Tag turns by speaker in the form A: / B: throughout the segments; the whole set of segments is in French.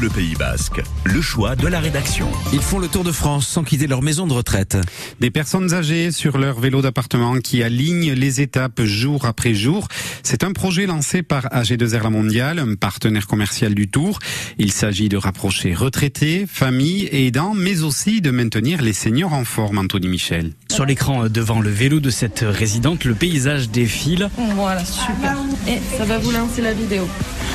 A: Bleu Pays Basque, le choix de la rédaction.
B: Ils font le tour de France sans quitter leur maison de retraite.
C: Des personnes âgées sur leur vélo d'appartement qui alignent les étapes jour après jour. C'est un projet lancé par AG2R La Mondiale, un partenaire commercial du Tour. Il s'agit de rapprocher retraités, familles et aidants, mais aussi de maintenir les seniors en forme, Anthony Michel.
D: Sur l'écran euh, devant le vélo de cette résidente, le paysage défile.
E: Voilà, super. Et ça va vous lancer la vidéo.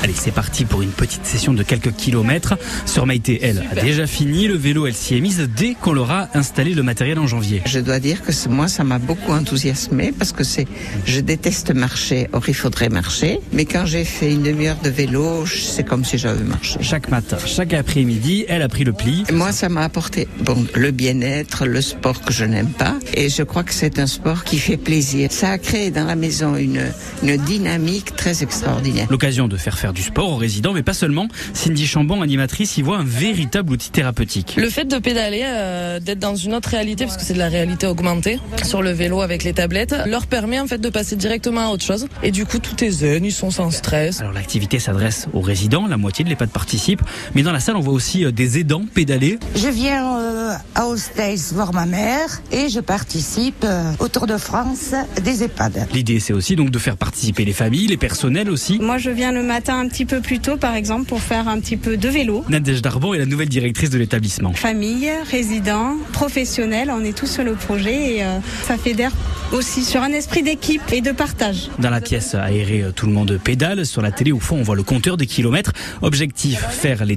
D: Allez, c'est parti pour une petite session de quelques kilomètres. Sur Maïté, elle a déjà fini. Le vélo, elle s'y est mise dès qu'on leur a installé le matériel en janvier.
F: Je dois dire que c'est- moi, ça m'a beaucoup enthousiasmée parce que c'est, je déteste marcher, or il faudrait marcher. Mais quand j'ai fait une demi-heure de vélo, je- c'est comme si j'avais marché.
D: Chaque matin, chaque après-midi, elle a pris le pli.
F: Et Moi, ça m'a apporté bon, le bien-être, le sport que je n'aime pas. Et je crois que c'est un sport qui fait plaisir. Ça a créé dans la maison une, une dynamique très extraordinaire.
D: L'occasion de faire faire du sport aux résidents, mais pas seulement. Cindy Chambon, animatrice, y voit un véritable outil thérapeutique.
E: Le fait de pédaler, euh, d'être dans une autre réalité, parce que c'est de la réalité augmentée, sur le vélo avec les tablettes, leur permet en fait de passer directement à autre chose. Et du coup, tout est zen, ils sont sans stress.
D: Alors l'activité s'adresse aux résidents, la moitié de l'EHPAD participe, mais dans la salle on voit aussi euh, des aidants pédaler.
G: Je viens euh, à Hostels voir ma mère et je participe euh, au Tour de France des EHPAD.
D: L'idée c'est aussi donc de faire participer les familles, les personnels aussi.
H: Moi, je viens le matin un petit peu plus tôt, par exemple, pour faire un petit peu de vélo.
D: Nadège Darban est la nouvelle directrice de l'établissement.
H: Famille, résidents, professionnels, on est tous sur le projet et euh, ça fédère aussi sur un esprit d'équipe et de partage.
D: Dans la pièce aérée, euh, tout le monde pédale. Sur la télé, au fond, on voit le compteur des kilomètres. Objectif, faire les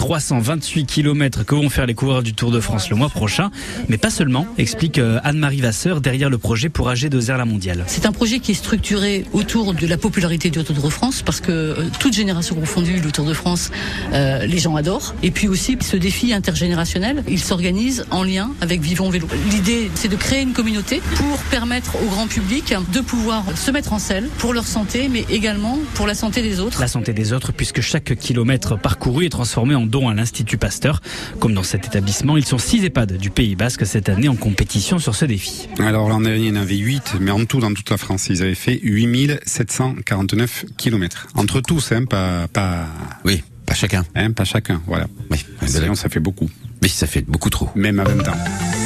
D: 3328 kilomètres que vont faire les coureurs du Tour de France le mois prochain. Mais pas seulement, explique euh, Anne-Marie Vasseur derrière le projet pour AG2R La Mondiale.
I: C'est un projet qui est structuré autour de la popularité du Tour de France parce que euh, toute génération confondue, le Tour de France, euh, les gens adorent. Et puis aussi ce défi intergénérationnel, il s'organise en lien avec Vivons Vélo. L'idée, c'est de créer une communauté pour permettre au grand public de pouvoir se mettre en selle pour leur santé, mais également pour la santé des autres.
D: La santé des autres, puisque chaque kilomètre parcouru est transformé en don à l'Institut Pasteur. Comme dans cet établissement, ils sont six EHPAD du Pays Basque cette année en compétition sur ce défi.
C: Alors l'an dernier, il y en avait 8, mais en tout, dans toute la France, ils avaient fait 8749 kilomètres. Entre tous, hein, pas, pas,
B: Oui, pas chacun.
C: hein, pas chacun, voilà.
B: Oui,
C: Sinon, ça fait beaucoup,
B: mais ça fait beaucoup trop.
C: même à 20 ans.